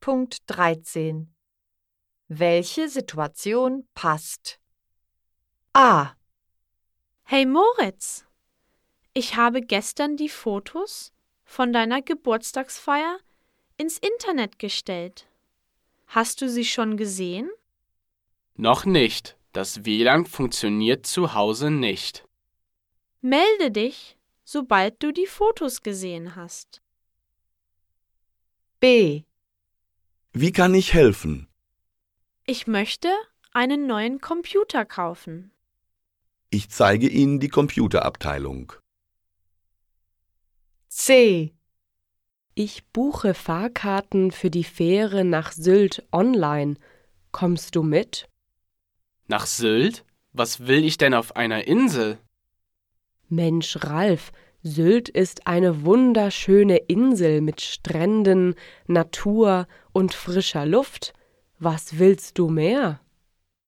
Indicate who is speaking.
Speaker 1: 8.13 Welche Situation passt? A.
Speaker 2: Hey Moritz, ich habe gestern die Fotos von deiner Geburtstagsfeier ins Internet gestellt. Hast du sie schon gesehen?
Speaker 3: Noch nicht. Das WLAN funktioniert zu Hause nicht.
Speaker 2: Melde dich, sobald du die Fotos gesehen hast.
Speaker 1: B.
Speaker 4: Wie kann ich helfen?
Speaker 2: Ich möchte einen neuen Computer kaufen.
Speaker 4: Ich zeige Ihnen die Computerabteilung.
Speaker 1: C.
Speaker 5: Ich buche Fahrkarten für die Fähre nach Sylt online. Kommst du mit?
Speaker 3: Nach Sylt? Was will ich denn auf einer Insel?
Speaker 5: Mensch, Ralf, Sylt ist eine wunderschöne Insel mit Stränden, Natur und frischer Luft. Was willst du mehr?